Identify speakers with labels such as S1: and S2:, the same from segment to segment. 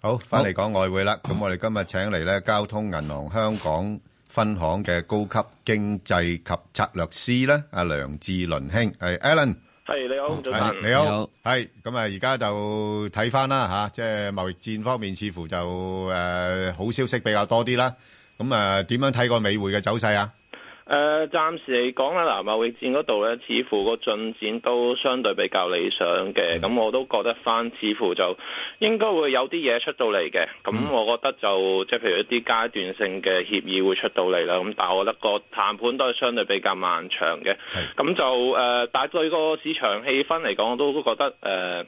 S1: 好，翻嚟講外匯啦。咁我哋今日請嚟咧交通銀行香港分行嘅高級經濟及策略師咧，阿梁志倫兄，係 Alan。
S2: 係你好，早
S1: 係
S2: 晨。
S1: 你
S3: 你
S1: 好
S3: 好，
S1: 係咁啊！而家就睇翻啦吓，即係貿易戰方面，似乎就誒、呃好消息比較多啲啦。咁啊，點樣睇個美匯嘅走勢啊？
S2: 誒、暫時嚟講啦，嗱，貿易戰嗰度咧，似乎個進展都相對比較理想
S1: 嗯
S2: 嘅。咁我都覺得翻，似乎就應該會有啲嘢出到嚟嘅。
S1: 嗯
S2: 咁我覺得就即係譬如一啲階段性嘅協議會出到嚟啦。咁但係我覺得個談判都係相對比較漫長嘅。咁就誒、但係對個市場氣氛嚟講，我都覺得誒。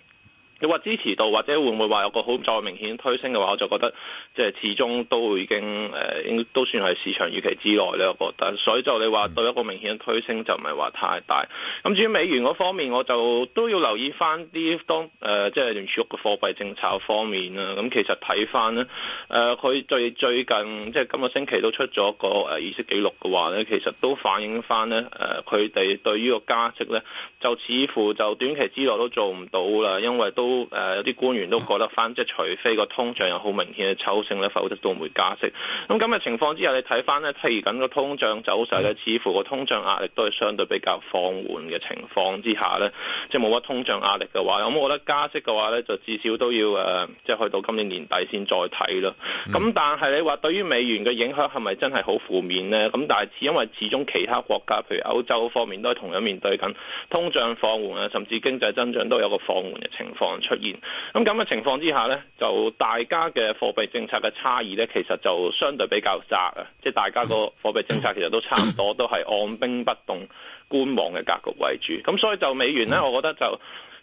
S2: 你話支持度或者會唔會話有個好再明顯推升嘅話，我就覺得即係始終都已經誒、呃，應都算係市場預期之內咧。我覺得，所以就你話對一個明顯嘅推升就唔係話太大。咁至於美元嗰方面，我就都要留意翻啲當誒、呃即係聯儲局嘅貨幣政策方面啦。咁其實睇翻咧，誒、佢最最近即係今個星期都出咗個誒議息記錄嘅話咧，其實都反映翻咧誒，佢、哋對於個加息咧，就似乎就短期之內都做唔到啦，因為都誒、有啲官員都覺得翻， 即係除非個通脹有好明顯嘅抽升咧，否則都唔會加息。咁咁嘅情況之下，你睇翻咧，譬如緊個通脹走勢咧，似乎個通脹壓力都係相對比較放緩嘅情況之下咧，即係冇乜通脹壓力嘅話，咁我覺得加息嘅話咧，就至少都要誒、呃即係去到今年年底先再睇咯。咁、但係你話對於美元嘅影響係咪真係好負面呢？咁但係因為始終其他國家，譬如歐洲方面都係同樣面對緊通脹放緩啊，甚至經濟增長都有個放緩嘅情況出現。咁咁嘅情況之下呢，就大家嘅貨幣政策嘅差異呢，其實就相對比較窄啊，即係大家個貨幣政策其實都差唔多，都係按兵不動、觀望嘅格局為主。咁所以就美元呢，我覺得就。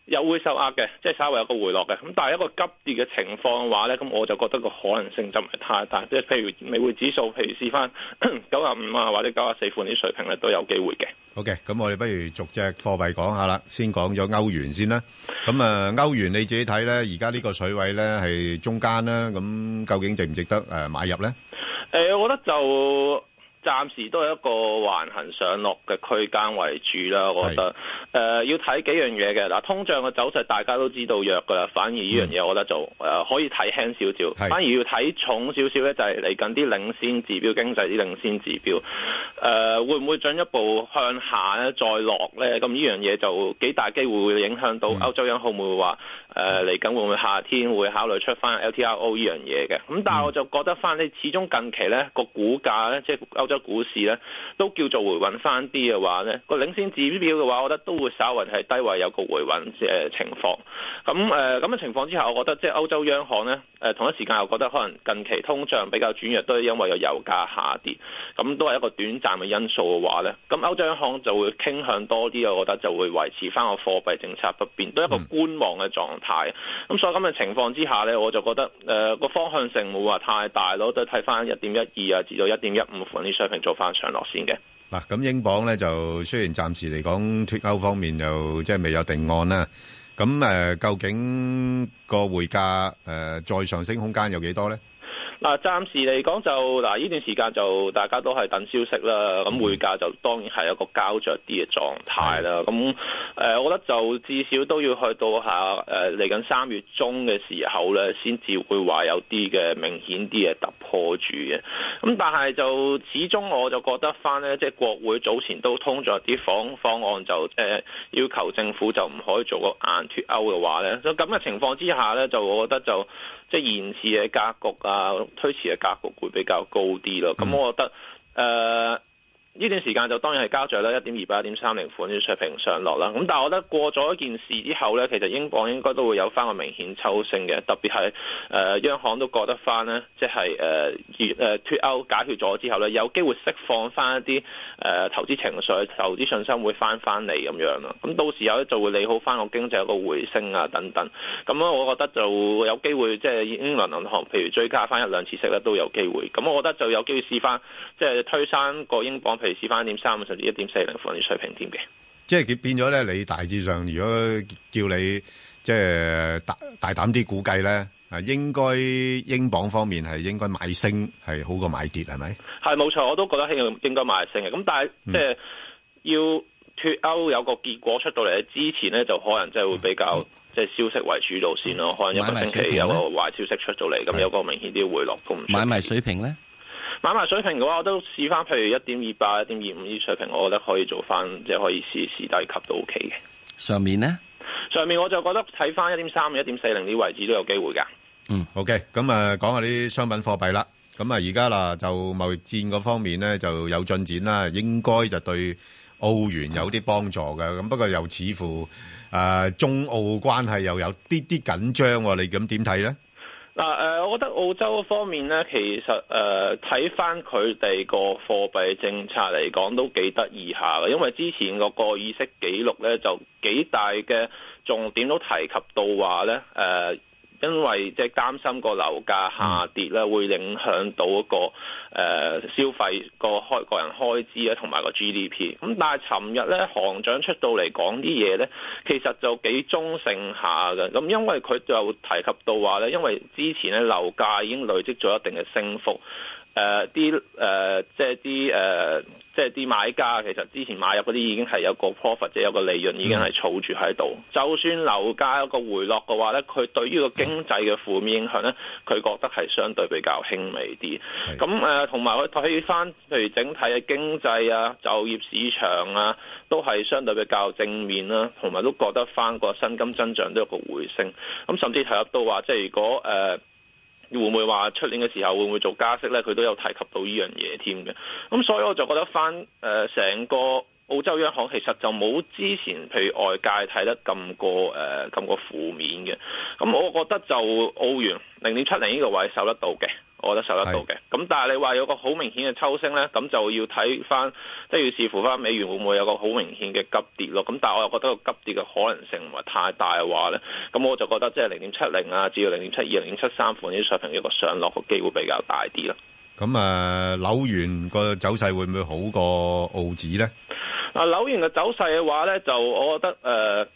S2: 有會受壓嘅，即係稍微有個回落嘅。咁但係一個急跌嘅情況嘅話咧，咁我就覺得個可能性就唔係太大。即係譬如美匯指數，譬如試翻九啊五啊或者九啊四款啲水平咧，都有機會嘅。
S1: OK，咁我哋不如逐隻貨幣講下啦，先講咗歐元先啦。咁啊，歐元你自己睇咧，而家呢個水位咧係中間啦，咁究竟值唔值得誒買入咧？
S2: 誒、我覺得就暫時都係一個橫行上落嘅區間為主啦。我覺得誒、要睇幾樣嘢嘅嗱，通脹嘅走勢大家都知道弱㗎啦，反而呢樣嘢我覺得就誒、可以睇輕少少，
S1: 係
S2: 反而要睇重少少咧，就係嚟緊啲領先指標、經濟啲領先指標誒、會唔會進一步向下咧再落咧？咁呢樣嘢就幾大機會會影響到歐洲央行會唔會話誒嚟緊會唔會夏天會考慮出翻 LTRO 呢樣嘢嘅？咁但係我就覺得翻你始終近期咧個股價咧，即係歐洲股市咧都叫做回穩翻啲嘅話咧，個領先指標嘅話，我覺得都會稍為係低位有個回穩嘅情況。咁呃誒咁嘅情況之下，我覺得即係歐洲央行咧誒、同一時間又覺得可能近期通脹比較轉弱，都係因為有油價下跌。咁都係一個短暫嘅因素嘅話咧，咁歐洲央行就會傾向多啲，我覺得就會維持翻個貨幣政策不變，都係一個觀望嘅狀態。咁所以咁嘅情況之下咧，我就覺得誒呃個、方向性冇話太大咯，都係睇翻一點一二啊至到一點一五款啲水平做翻上落先嘅。
S1: 嗱，咁英鎊咧就雖然暫時嚟講脱歐方面就即係未有定案啦，咁誒、呃究竟個匯價誒、呃再上升空間有幾多咧？
S2: 嗱，暫時嚟講就嗱，呢段時間就大家都係等消息啦。咁匯價就當然係一個膠着啲嘅狀態啦。咁誒、呃我覺得就至少都要去到下誒嚟緊三月中嘅時候咧，先至會話有啲嘅明顯啲嘅突破住嘅。咁但係就始終我就覺得翻咧，即係國會早前都通咗啲方方案就，誒呃要求政府就唔可以做個硬脱歐嘅話咧，所以咁嘅情況之下咧，就我覺得就即係延遲嘅格局啊，推遲嘅格局會比較高啲咯。咁、我覺得誒。呃呢段時間就當然係交咗啦，一點二八、一點三零款啲水平上落啦。咁但係我覺得過咗一件事之後呢，其實英鎊應該都會有翻個明顯抽升嘅，特別係誒、呃央行都覺得翻呢，即係誒越誒脱歐解決咗之後呢，有機會釋放翻一啲誒、呃投資情緒、投資信心會翻翻嚟咁樣咯。咁到時候呢，就會利好翻個經濟有個回升啊等等。咁咧，我覺得就有機會即係英倫銀行，譬如追加翻一兩次息咧，都有機會。咁我覺得就有機會試翻，即係推山個英鎊，譬如試翻一點三甚至一點四零附近水平添嘅。
S1: 即係變咗咧，你大致上如果叫你即係大大膽啲估計咧，啊應該英鎊方面係應該買升係好過買跌係咪？
S2: 係冇錯，我都覺得應應該買升嘅。咁但係即係要脱歐有個結果出到嚟之前咧，就可能即係會比較即係消息為主導先咯。可能一個星期有個壞消息出到嚟，咁有個明顯啲回落都唔出奇。
S3: 買埋水平咧，
S2: 買賣水平嘅話，我都試翻譬如一點二八、一點二五呢啲水平，我覺得可以做翻，即係可以試試低級都 OK 嘅。
S3: 上面咧，
S2: 上面我就覺得睇翻一點三、一點四零呢位置都有機會㗎。
S1: 呃啊好嘅，咁，呃，講下啲商品貨幣啦。咁啊，而家啦，就貿易戰嗰方面呢，就有進展啦，應該就對澳元有啲幫助嘅。咁不過又似乎，呃，中澳關係又有啲啲緊張喎，你咁點睇呢？
S2: 嗱誒、呃我覺得澳洲方面咧，其實誒睇翻佢哋個貨幣政策嚟講，都幾得意下嘅，因為之前嗰個議息記錄咧，就幾大嘅重點都提及到話咧誒。呃因為即係擔心個樓價下跌咧，會影響到一個誒、呃消費個開個人開支咧，同埋個 GDP。咁但係尋日咧，行長出到嚟講啲嘢咧，其實就幾中性下嘅。咁因為佢就提及到話咧，因為之前咧樓價已經累積咗一定嘅升幅。誒啲誒即係啲誒即係啲買家其實之前買入嗰啲已經係有個 profit，即係有個利潤已經係儲住喺度。就算樓價有個回落嘅話咧，佢對於個經濟嘅負面影響咧，佢覺得係相對比較輕微啲。咁誒同埋我睇翻譬如整體嘅經濟啊、就業市場啊，都係相對比較正面啦，同埋都覺得翻個薪金增長都有個回升。咁甚至提及到話，即係如果誒。呃會唔會話出年嘅時候會唔會做加息呢？佢都有提及到呢樣嘢添嘅。咁所以我就覺得翻誒成個澳洲央行其實就冇之前譬如外界睇得咁過誒咁過負面嘅。咁我覺得就澳元零點七零呢個位守得到嘅。我覺得守得到嘅，咁但係你話有個好明顯嘅抽升呢，咁就要睇翻，即係要視乎翻美元會唔會有個好明顯嘅急跌咯。咁但係我又覺得個急跌嘅可能性唔係太大嘅話呢，咁我就覺得即係零點七零啊，至到零點七二、零點七三款呢啲水平一個上落嘅機會比較大啲啦。
S1: 咁，呃，紐元個走勢會唔會好過澳紙呢？
S2: 啊，紐元嘅走勢嘅話呢，就我覺得誒、呃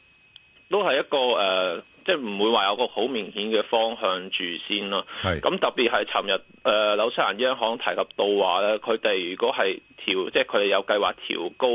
S2: 都係一個誒、呃即係唔會話有個好明顯嘅方向住先咯。
S1: 係
S2: 咁特別係尋日誒紐西蘭央行提及到話咧，佢哋如果係調，即係佢哋有計劃調高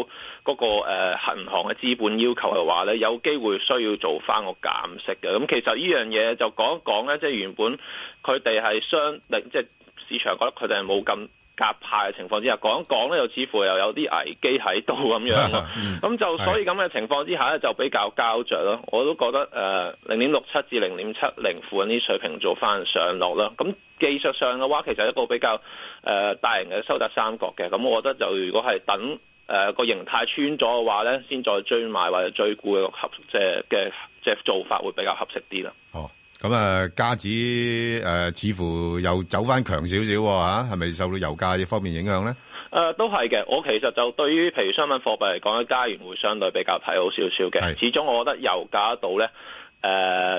S2: 嗰、個誒、呃、銀行嘅資本要求嘅話咧，有機會需要做翻個減息嘅。咁其實呢樣嘢就講一講咧，即係原本佢哋係相，即係市場覺得佢哋係冇咁。夾派嘅情況之下，講一講咧，又似乎又有啲危機喺度咁 樣咯。
S1: 嗯
S2: 咁就所以咁嘅情況之下咧，就比較膠着咯。我都覺得呃誒零點六七至零點七零附近啲水平做翻上落啦。咁技術上嘅話，其實一個比較誒、呃大型嘅收窄三角嘅。咁我覺得就如果係等誒個、形態穿咗嘅話咧，先再追買或者追沽嘅合即係嘅即係做法會比較合適啲啦。
S1: 啊哦，咁，呃，加紙，呃，似乎又走返強少少喎，吓，係咪受到油價呢方面影響呢？
S2: 誒、都係嘅，我其實就對於譬如商品貨幣嚟講咧，加元會相對比較睇好少少
S1: 係
S2: 嘅。始終我覺得油價度咧，誒、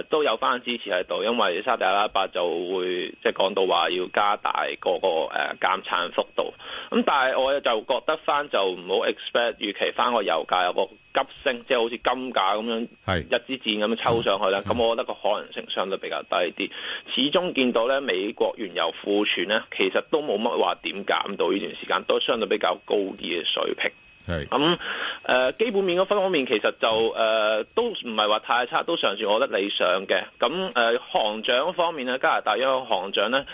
S2: 都有翻支持喺度，因為沙特阿拉伯就會即係講到話要加大嗰個誒減產幅度。咁但係我就覺得翻就唔好 expect 預期翻個油價有個急升，即係好似金價咁樣
S1: 係
S2: 一支箭咁樣抽上去啦。咁我覺得個可能性相對比較低啲。始終見到咧美國原油庫存咧，其實都冇乜話點減到呢段時間，都相對比較高啲嘅水平。
S1: 係。
S2: 咁誒、呃基本面嗰方面其實就誒、呃都唔係話太差，都尚算我覺得理想嘅。咁誒、呃行長方面咧，加拿大央行行長咧。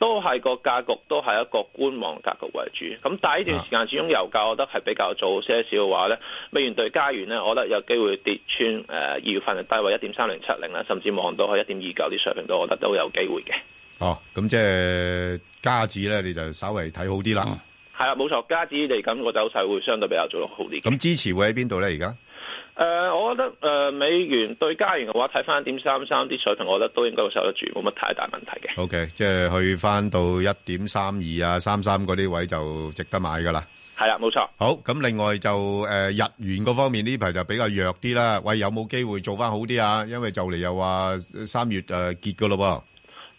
S2: 都係個格局，都係一個觀望格局為主。咁但係呢段時間，始終油價我覺得係比較早些少嘅話咧，美元對加元咧，我覺得有機會跌穿誒二、月份嘅低位一點三零七零啦，甚至望到去一點二九啲水平度，我覺得都有機會嘅。
S1: 哦，咁即係加紙呢，你就稍微睇好啲啦。
S2: 係啦，冇錯，加指嚟緊個走勢會相對比較做得好啲嘅。
S1: 咁支持會喺邊度呢，而家？
S2: 誒、我覺得誒、呃美元對加元嘅話，睇翻一點三三啲水平，我覺得都應該會受得住，冇乜太大問題嘅。
S1: OK，即係去返到1.32啊、33呃嗰啲位
S2: 係啦，冇錯。
S1: 就值得買㗎啦。好，咁另外就，呃，日元嗰方面呢排就比較弱啲啦。喂，有冇機會做返好啲啊？因為就嚟又話，呃，三月，呃，結㗎喇噃。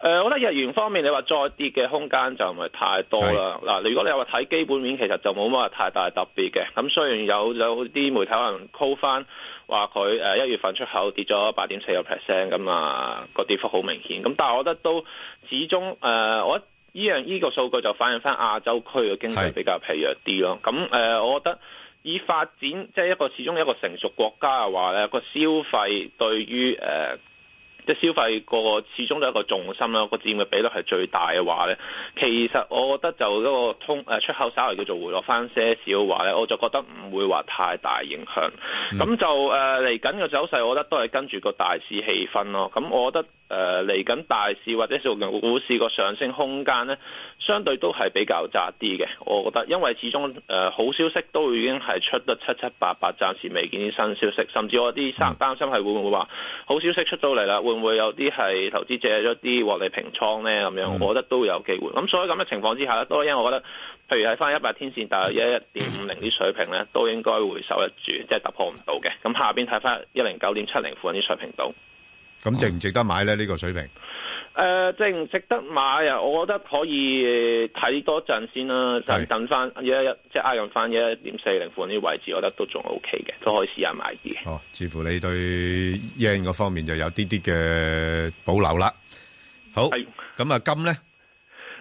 S2: 誒、我覺得日元方面，你話再跌嘅空間就唔係太多啦。嗱，如果你話睇基本面，其實就冇乜話太大特別嘅。咁雖然有有啲媒體可能 call 翻話佢誒一月份出口跌咗八點四個 percent，咁啊個跌幅好明顯。咁但係我覺得都始終誒、呃我覺得呢樣呢個數據就反映翻亞洲區嘅經濟
S1: 係
S2: 呃比較疲弱啲咯。咁誒、我覺得。以發展即係一個始終一個成熟國家嘅話咧，個消費對於誒。呃即係消費個始終都係一個重心啦，個佔嘅比率係最大嘅話咧，其實我覺得就嗰個通誒出口稍微叫做回落翻些少嘅話咧，我就覺得唔會話太大影響。咁就誒嚟緊嘅走勢，我覺得都係跟住個大市氣氛咯。咁我覺得誒呃嚟緊大市或者做股市個上升空間咧，相對都係比較窄啲嘅。我覺得，因為始終誒、呃好消息都已經係出得七七八八，暫時未見啲新消息，甚至我啲擔擔心係會唔會話好消息出到嚟啦，會唔會有啲係投資者咗啲獲利平倉呢？咁樣，我覺得都有機會。咁所以咁嘅情況之下咧，都因為我覺得，譬如喺翻一百天線大約一一點五零啲水平呢，都應該會守得住，即係突破唔到嘅。咁下邊睇翻一零九點七零附近啲水平度。
S1: 咁值唔值得買咧？呢個水平
S2: 誒、值唔值得買啊？我覺得可以睇多陣先啦，
S1: 係
S2: 等等翻一一即係挨近翻一一點四零款呢位置，我覺得都仲 O K 嘅，都可以試下買啲嘅。
S1: 哦，似乎你對 yen 嗰方面就有啲啲嘅保留啦。好，
S2: 係
S1: 咁啊金咧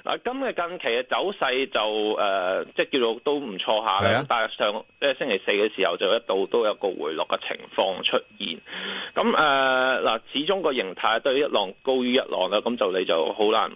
S2: 嗱，今日近期嘅走勢就誒、即係叫做都唔錯下
S1: 係
S2: 啦
S1: 啊。
S2: 但係上即係星期四嘅時候，就一度都有個回落嘅情況出現。咁誒呃嗱，始終個形態對一浪高於一浪啦，咁就你就好難。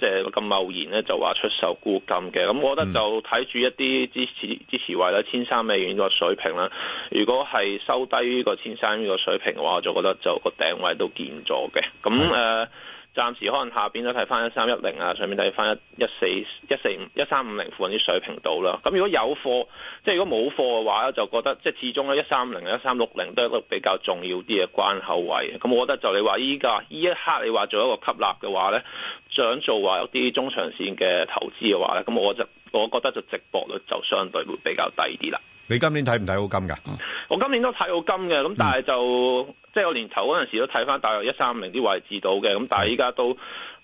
S2: 即係咁貿然咧，就話出售沽金嘅，咁我覺得就睇住一啲支持支持位啦，千三美元個水平啦。如果係收低於個千三呢個水平嘅話，我就覺得就個頂位都見咗嘅。咁誒、呃，暫時可能下邊都睇翻一三一零啊，上面睇翻一一四一四五一三五零附近啲水平度啦。咁如果有貨，即係如果冇貨嘅話咧，就覺得即係始終咧一三五零、一三六零都係一個比較重要啲嘅關口位。咁我覺得就你話依家依一刻你話做一個吸納嘅話咧，想做話有啲中長線嘅投資嘅話咧，咁我就我覺得就直播率就相對會比較低啲啦。
S1: 你今年睇唔睇好金㗎？
S2: 我今年都睇到金嘅，咁但係就、即係我年頭嗰陣時都睇翻大約一三五零啲位置到嘅，咁但係依家都誒、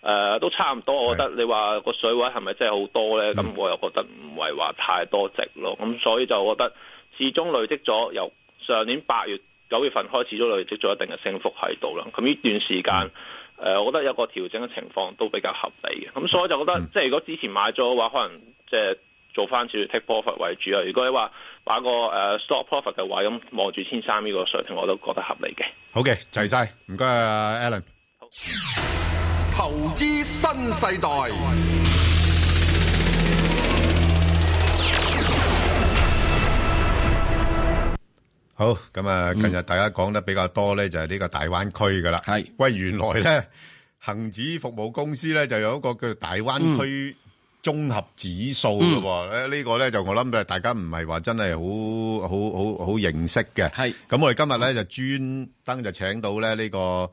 S2: 呃都差唔多，我覺得你話個水位係咪真係好多咧？咁、我又覺得唔係話太多值咯，咁所以就我覺得始終累積咗由上年八月九月份開始都累積咗一定嘅升幅喺度啦，咁呢段時間。誒、呃我覺得有個調整嘅情況都比較合理嘅，咁所以就覺得、即係如果之前買咗嘅話，可能即係做翻少少 take profit 為主啊。如果你話買個誒、stop profit 嘅話，咁望住千三呢個水平，我都覺得合理嘅。
S1: 好嘅，齊晒，唔該啊，Alan。
S3: 投資新世代，
S1: 好，咁啊，近日大家講得比較多咧，就係呢個大灣區噶啦。
S4: 係
S1: 喂，原來咧，恒指服務公司咧就有一個叫大灣區綜合指數嘅喎。咧呢個咧就我諗，大家唔係話真係好好好好認識嘅。
S4: 係
S1: 咁，我哋今日咧就專登就請到咧呢個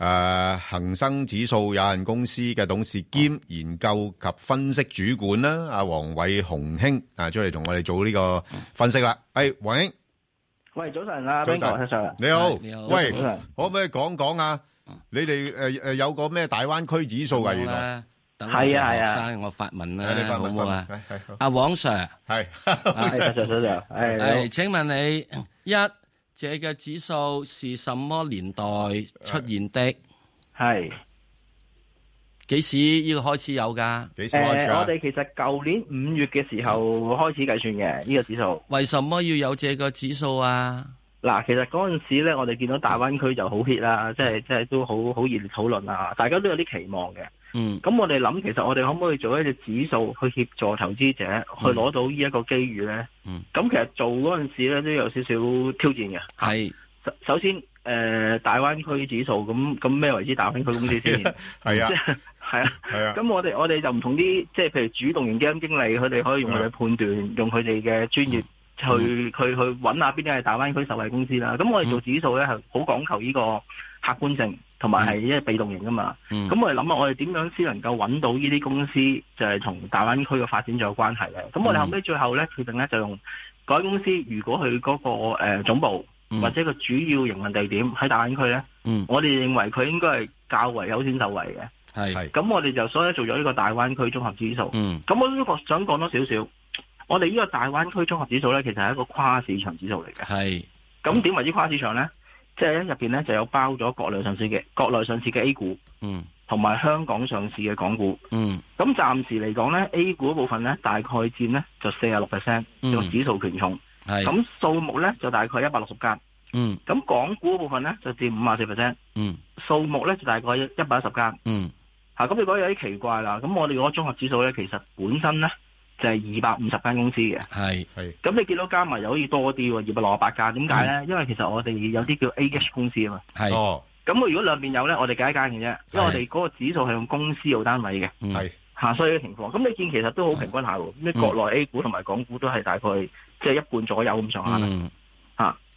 S1: 誒恒生指數有限公司嘅董事兼研究及分析主管啦，阿黃偉雄兄啊，出嚟同我哋做呢個分析啦。誒，黃兄。
S5: 喂，早晨啊，
S1: 早
S5: Ben 哥，
S1: 晨
S5: 石 Sir，
S1: 你好，
S4: 你好
S1: 喂，
S5: 早晨
S1: 可唔可以講講啊？你哋誒誒有個咩大灣區指數啊？原
S4: 好
S1: 來
S4: 啦，等我
S5: 係啊
S4: 做
S5: 係啊
S4: 學生我發問啦
S1: 你，
S4: 好
S1: 翻
S4: 唔
S1: 問
S4: 好啊
S1: 翻？問
S4: 阿黃 Sir，
S1: 係
S5: 係石
S1: 係
S5: Sir，石 Sir，係
S4: 誒，請問你一這個指數是什麼年代出現的？
S5: 係。
S4: 幾時要開始有㗎？
S1: 幾時
S5: 誒
S1: 開始，啊
S5: 我？哋其實舊年五月嘅時候開始計算嘅呢個指數。
S4: 為什麼要有這個指數啊？
S5: 嗱，其實嗰陣時咧，我哋見到大灣區就好 hit 啦，即係即係都好好熱烈討論啊，大家都有啲期望嘅。
S4: 嗯
S5: 咁我哋諗，其實我哋可唔可以做一隻指數去協助投資者去攞到呢一個機遇咧？
S4: 嗯
S5: 咁其實做嗰陣時咧都有少少挑戰嘅。
S4: 係
S5: 首首先，誒、呃大灣區指數咁咁咩為之大灣區公司先？係
S1: 係啊
S5: 啊。
S1: 係啊，
S5: 咁我哋我哋就唔同啲，即係譬如主動型基金經理，佢哋可以
S4: 啊
S5: 用佢哋嘅判斷，用佢哋嘅專
S4: 嗯
S5: 業去去去揾下邊啲係大灣區受惠公司啦。咁我
S4: 嗯
S5: 哋做指數咧係好講求呢個客觀性，同埋係因為被動型噶嘛。
S4: 嗯
S5: 咁我哋諗下，我哋點樣先能夠揾到呢啲公司就係同大灣區嘅發展仲有關係咧？咁
S4: 嗯
S5: 我哋後尾最後咧決定咧就用嗰間公司，如果佢嗰個誒總部
S4: 嗯
S5: 或者個主要營運地點喺大灣區咧，
S4: 嗯
S5: 我哋認為佢應該係較為優先受惠嘅。
S4: 係
S1: 係
S5: 咁我哋就所以做咗呢個大灣區綜合指數。
S4: 嗯
S5: 咁我都想講多少少，我哋呢個大灣區綜合指數咧，其實係一個跨市場指數嚟嘅。
S4: 係
S5: 咁點為之跨市場咧？即係入邊咧就有包咗國內上市嘅國內上市嘅 A 股，
S4: 嗯
S5: 同埋香港上市嘅港股。
S4: 嗯
S5: 咁暫時嚟講咧，A 股嗰部分咧大概佔咧就四十六 percent
S4: 嗯
S5: 個指數權重，
S4: 係
S2: 咁數目咧就大概一百六十間，
S4: 嗯
S2: 咁港股部分咧就佔五十四 percent，
S4: 嗯
S2: 數目咧就大概一百一十間。
S4: 嗯
S2: 嚇、咁你覺得有啲奇怪啦。咁我哋嗰個綜合指數咧，其實本身咧就係二百五十間公司嘅。
S4: 係
S2: 咁你見到加埋又好似多啲喎，二百六十八間。點解咧？因為其實我哋有啲叫 A.H 公司啊嘛。
S4: 係
S1: 哦，
S2: 咁如果兩邊有咧，我哋計一間嘅啫，因為我哋嗰個指數係用公司做單位嘅
S4: 嗯
S1: 係
S2: 嚇，所以嘅情況。咁你見其實都好平均下喎，咩
S4: 嗯
S2: 國內 A 股同埋港股都係大概即係一半左右咁上下啦。
S4: 嗯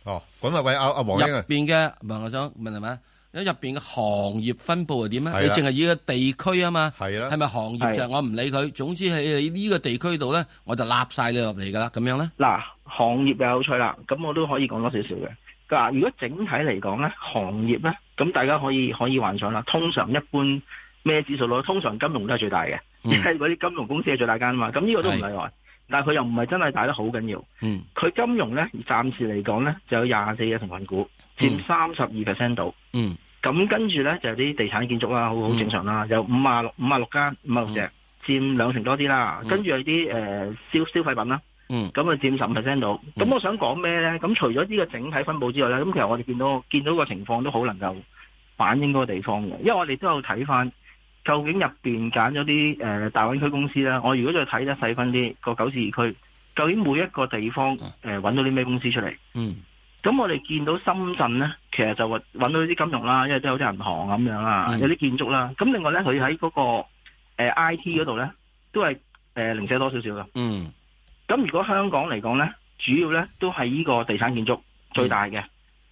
S1: 哦，咁啊，喂，阿阿
S4: 入
S1: 黃英啊，
S4: 邊嘅唔係我想問係咪啊？因為入邊嘅行業分佈係點咧？
S1: 係
S4: 你
S1: 啦
S4: 淨係以個地區啊嘛，
S1: 係啦
S4: 係咪行業
S2: 係
S4: 就係我唔理佢，總之喺呢個地區度咧，我就納晒你落嚟㗎啦，咁樣咧，
S2: 嗱，行業又有趣啦，咁我都可以講多少少嘅。嗱，如果整體嚟講咧，行業咧，咁大家可以可以幻想啦。通常一般咩指數率？通常金融都係最大嘅，
S4: 嗯
S2: 因為嗰啲金融公司係最大間啊嘛。咁呢個都唔例外，但係佢又唔係真係大得好緊要。
S4: 嗯
S2: 佢金融咧，暫時嚟講咧，就有廿四隻成分股，佔三十二 percent 度。
S4: 嗯
S2: 咁跟住咧就有啲地產建築啦，好好
S4: 嗯
S2: 正常啦，有五啊六五啊六間五啊六隻，佔兩成多啲啦。
S4: 嗯
S2: 跟住有啲誒消消費品啦。
S4: 嗯
S2: 咁啊佔十五 percent 到。
S4: 嗯
S2: 咁我想講咩咧？咁除咗呢個整體分佈之外咧，咁其實我哋見到見到個情況都好能夠反映嗰個地方嘅，因為我哋都有睇翻究竟入邊揀咗啲誒大灣區公司啦。我如果再睇得細分啲個九市二區，究竟每一個地方誒揾、呃到啲咩公司出嚟？
S4: 嗯
S2: 咁我哋見到深圳咧，其實就揾揾到啲金融啦，因為都有啲銀行咁樣啦，
S4: 嗯
S2: 有啲建築啦。咁另外咧，佢喺嗰個、呃、I T 嗰度咧，都係誒、呃零舍多少少嘅。
S4: 嗯
S2: 咁如果香港嚟講咧，主要咧都係呢個地產建築最大嘅，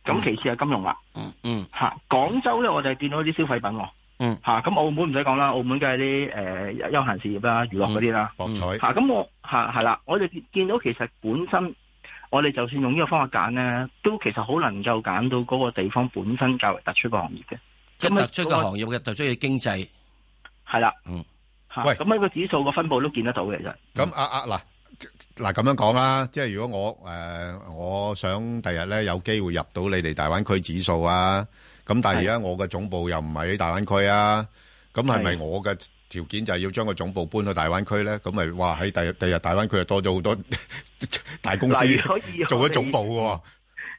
S2: 咁、其次係金融啦
S4: 嗯嗯
S2: 嚇。廣州咧，我哋見到啲消費品喎，
S4: 嗯
S2: 嚇咁澳門唔使講啦，澳門梗係啲呃誒休閒事業啦、娛樂嗰啲啦
S1: 博彩
S2: 嚇。咁我嚇係啦，我哋見見到其實本身我哋就算用呢個方法揀咧，都其實好能夠揀到嗰個地方本身較為突出嘅行業嘅。
S4: 即係
S2: 咁啊
S4: 突出
S2: 嗰
S4: 嘅
S2: 個
S4: 行業嘅突出嘅經濟，
S2: 係啦，
S4: 嗯
S2: 嚇
S1: 喂
S2: 咁喺個指數個分佈都見得到嘅，其實
S1: 咁啊啊嗱嗱咁樣講啦，即係如果我誒、呃我想第日咧有機會入到你哋大灣區指數啊，咁但係而家我嘅總部又唔係喺大灣區啊，咁係咪
S2: 係
S1: 我嘅條件就係要將個總部搬去大灣區咧？咁咪哇喺第日第日大灣區就多咗好多 大公司
S2: 嗱如果以
S1: 做
S2: 我
S1: 咗
S2: 哋
S1: 總部喎，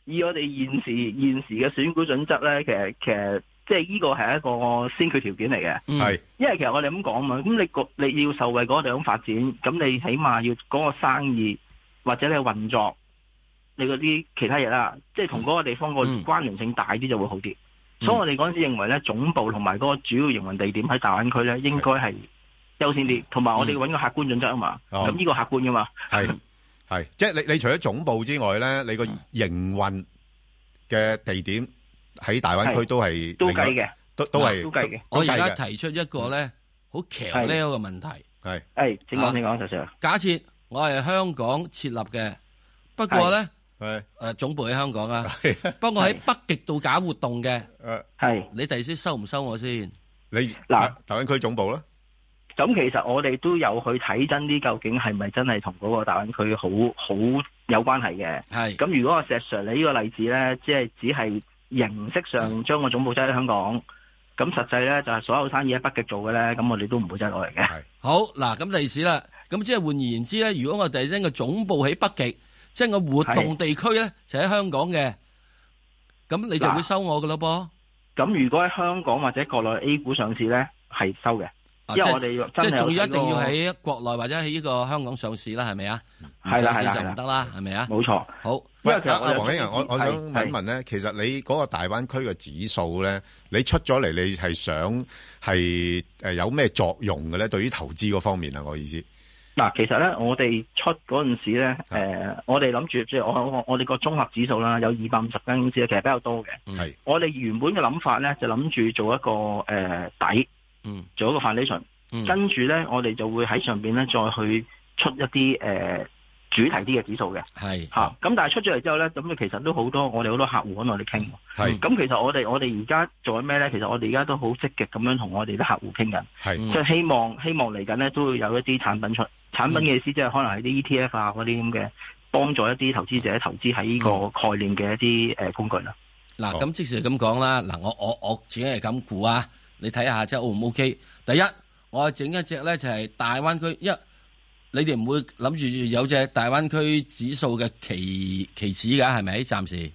S2: 以我哋現時現時嘅選股準則咧，其實其實即係呢個係一個先決條件嚟嘅，
S4: 嗯
S1: 係
S2: 因為其實我哋咁講嘛，咁你個你要受惠嗰個地方發展，咁你起碼要嗰個生意或者你嘅運作，你嗰啲其他嘢啦，即係同嗰個地方個
S4: 嗯
S2: 關聯性大啲就會好啲。
S4: 嗯
S2: 所以我哋嗰陣時認為咧，總部同埋嗰個主要營運地點喺大灣區咧，
S4: 嗯
S2: 應該係優先啲，同埋我哋揾個客觀準則啊嘛，
S1: 哦
S2: 咁呢個客觀噶嘛。
S1: 係係，即係你你除咗總部之外咧，你個營運嘅地點喺大灣區
S2: 係
S1: 都係
S2: 都
S1: 另外
S2: 計嘅，
S1: 都都係
S2: 都計嘅
S4: 我而
S1: 都計
S4: 家
S1: 嘅
S4: 提出一個咧好騎呢嘅問題。
S1: 係
S2: 誒，哎請
S4: 啊
S2: 講請講，石 Sir。
S4: 假設我係香港設立嘅，不過咧
S1: 係
S4: 誒總部喺香港啊，
S1: 係
S4: 不過喺北極度搞活動嘅，
S1: 誒。
S2: 係。
S4: 你第時收唔收我先？
S1: 你
S2: 嗱
S1: 大灣區總部啦，
S2: 咁其實我哋都有去睇真啲，究竟係咪真係同嗰個大灣區好好有關係嘅？
S4: 係
S2: 咁如果阿石 Sir 你呢個例子呢，即係只係形式
S4: 嗯
S2: 上將個總部擠喺香港，咁實際呢，就係、所有生意喺北極做嘅呢，咁我哋都唔會擠落嚟嘅。
S4: 好嗱，咁第時啦，咁即係換言之咧，如果我第時個總部喺北極，即係我活動地區咧就喺香港嘅，咁你就會
S2: 嗱
S4: 收我噶咯噃。
S2: 咁如果喺香港或者國內 A 股上市呢，係收嘅，
S4: 啊
S2: 因
S4: 即
S2: 為
S4: 係
S2: 我哋
S4: 即
S2: 真
S4: 係
S2: 係
S4: 仲要
S2: 有
S4: 一定要
S2: 睇
S4: 喺國內或者喺呢個香港上市啦，係咪啊？唔
S2: 係啦
S4: 上市
S2: 係啦
S4: 就唔得啦，係咪啊？
S2: 過冇錯。
S4: 好，
S1: 喂，
S2: 因為其實
S1: 阿
S2: 我
S1: 阿
S2: 有
S1: 黃英啊，
S2: 啲
S1: à, 我我
S2: 係
S1: 想問一問咧，其實你嗰個大灣區嘅指數咧，你出咗嚟，你係想係誒有咩作用嘅咧？對於投資嗰方面啊，我意思
S2: 嗱，其實咧，我哋出嗰陣時咧，誒、
S4: 啊
S2: 我哋諗住即係我我我哋個綜合指數啦，有二百五十間公司咧，其實比較多嘅。
S1: 係
S2: 我哋原本嘅諗法咧，就諗住做一個誒、呃底，
S4: 嗯
S2: 做一個 foundation，
S4: 嗯
S2: 跟住咧，我哋就會喺上邊咧再去出一啲誒、呃主題啲嘅指數嘅
S4: 係
S2: 嚇。咁、但係出咗嚟之後咧，咁其實都好多我哋好多客戶揾我哋傾喎。
S1: 係
S4: 嗯
S2: 咁其實我哋我哋而家做緊咩咧？其實我哋而家都好積極咁樣同我哋啲客戶傾緊。
S1: 係
S4: 嗯
S2: 即係希望希望嚟緊咧都會有一啲產品出，產品嘅意思即係可能係啲 ETF 啊嗰啲咁嘅，幫助一啲投資者投資喺呢個
S4: 嗯
S2: 概念嘅一啲誒工具啦。
S4: 嗱，
S1: 好
S4: 咁即時咁講啦。嗱，我我我自己係咁估啊，你睇下即係 O 唔 O K？第一，我整一隻咧就係大灣區，因為你哋唔會諗住有隻大灣區指數嘅期期指㗎，係咪？暫時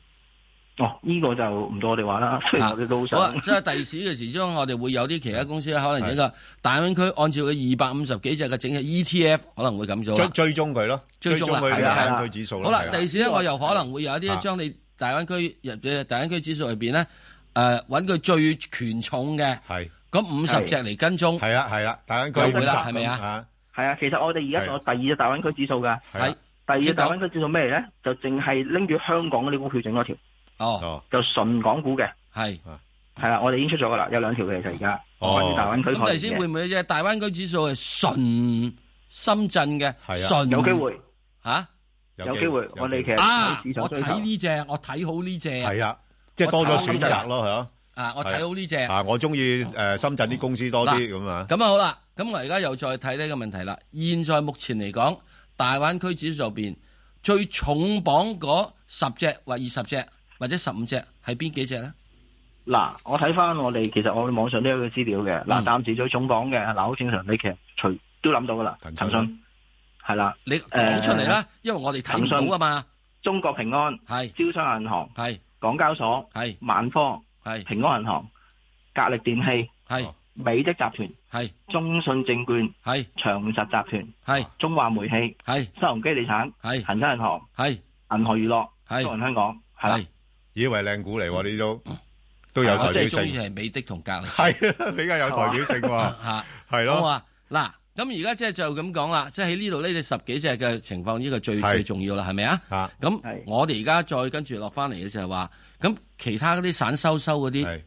S2: 哦，呢、個就唔到我哋話啦，雖然我哋都
S4: 好啊
S2: 想，，
S4: 即係第時嘅時鐘，我哋會有啲其他公司可能整個大灣區按照佢二百五十幾隻嘅整嘅 ETF，可能會咁做
S1: 追
S4: 啦。
S1: 追蹤佢咯，
S4: 追蹤啦
S1: 佢
S2: 係啊係
S1: 嘅
S2: 啊
S1: 區指數
S4: 好
S1: 咯。
S4: 啦，
S1: 係啊
S4: 第時咧，我又可能會有一
S1: 啊
S4: 啲將你大灣區入嘅大灣區指數入邊咧，誒揾佢最權重嘅
S1: 係
S4: 咁五十
S2: 係
S4: 隻嚟跟蹤。
S1: 係啦係啦，大灣
S4: 又
S1: 區
S4: 會啦
S1: 50
S4: 係咪啊
S1: 咁啊？
S2: 係啊，其實我哋而家仲有第二隻大灣區指數㗎。
S1: 係啦
S2: 第二隻
S4: 知道
S2: 大灣區指數咩嚟咧？就淨係拎住香港嗰啲股票整嗰條，
S4: 哦，
S1: 哦
S2: 就純港股嘅，
S4: 係。
S2: 係啦，我哋已經出咗㗎啦，有兩條嘅其實而家
S1: 哦
S2: 關於大灣區
S4: 咁
S2: 概
S4: 第時
S2: 念
S4: 會
S2: 嘅，
S4: 唔會隻大灣區指數係純深圳嘅？
S1: 係啊
S4: 純
S2: 有機會，
S4: 嚇
S2: 有機會，我哋其實
S4: 啊
S2: 喺市！場
S4: 我
S2: 追
S4: 睇
S2: 求。
S4: 呢只，我睇好呢只
S1: 係啊，即係多咗選擇咯，係咯。
S4: 啊！我睇好呢只。
S1: 啊，我中意誒深圳啲公司多啲咁啊。
S4: 咁啊好啦，咁我而家又再睇呢個問題啦。現在目前嚟講，大灣區指數入邊最重磅嗰十隻或二十隻或者十五隻係邊幾隻咧？
S2: 嗱，我睇翻我哋其實我哋網上都有個資料嘅。嗱，
S4: 嗯
S2: 暫時最重磅嘅嗱，好正常，你其實隨都諗到噶啦，
S1: 騰
S2: 騰
S1: 訊
S2: 訊係啦，
S4: 你講出嚟啦，因為我哋睇唔到啊嘛。
S2: 中國平安、
S4: 係
S2: 招商銀行、
S4: 係
S2: 港交所、
S4: 係
S2: 萬科、
S4: 係
S2: 平安銀行、格力電器、
S4: 係
S1: 哦
S2: 美的集團、
S4: 係
S2: 中信證券、
S4: 係
S2: 長實集團、
S4: 係
S2: 中華煤氣、
S4: 係
S2: 新鴻基地產、
S4: 係
S2: 恒生銀行、
S4: 係
S2: 銀河娛樂、中
S4: 嗯係
S2: 銀香港係啦
S4: 係，，
S1: 以為靚股嚟喎，呢都都有
S4: 嗯啊我
S1: 代表
S4: 真係中意
S1: 性，
S4: 係美的同格力
S1: 係啊，比較有代表性 喎，
S4: 嚇。
S1: 係
S4: 好
S1: 咯，
S4: 啊，嗱，咁而家即係就咁講啦，即係喺呢度呢，只十幾隻嘅情況，呢個最
S1: 係
S4: 最重要啦，係咪啊？
S1: 嚇
S4: 咁
S2: 係
S4: 我哋而家再跟住落翻嚟嘅就係話，咁其他嗰啲散收收嗰啲，
S1: 係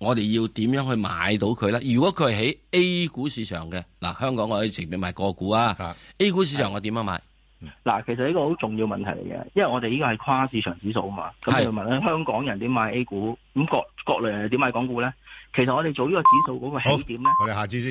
S4: 我哋要點樣去買到佢咧？如果佢係喺 A 股市場嘅，嗱，香港我可以隨便買個股啊
S1: 啊
S4: ，A 股市場我點樣買？
S2: 嗱，其實呢個好重要問題嚟嘅，因為我哋呢個係跨市場指數啊嘛。咁
S4: 係
S2: 你就問咧，香港人點買 A 股，咁國國內人點買港股咧？其實我哋做呢個指數嗰個
S1: 好
S2: 起點咧。
S1: 我哋下次先。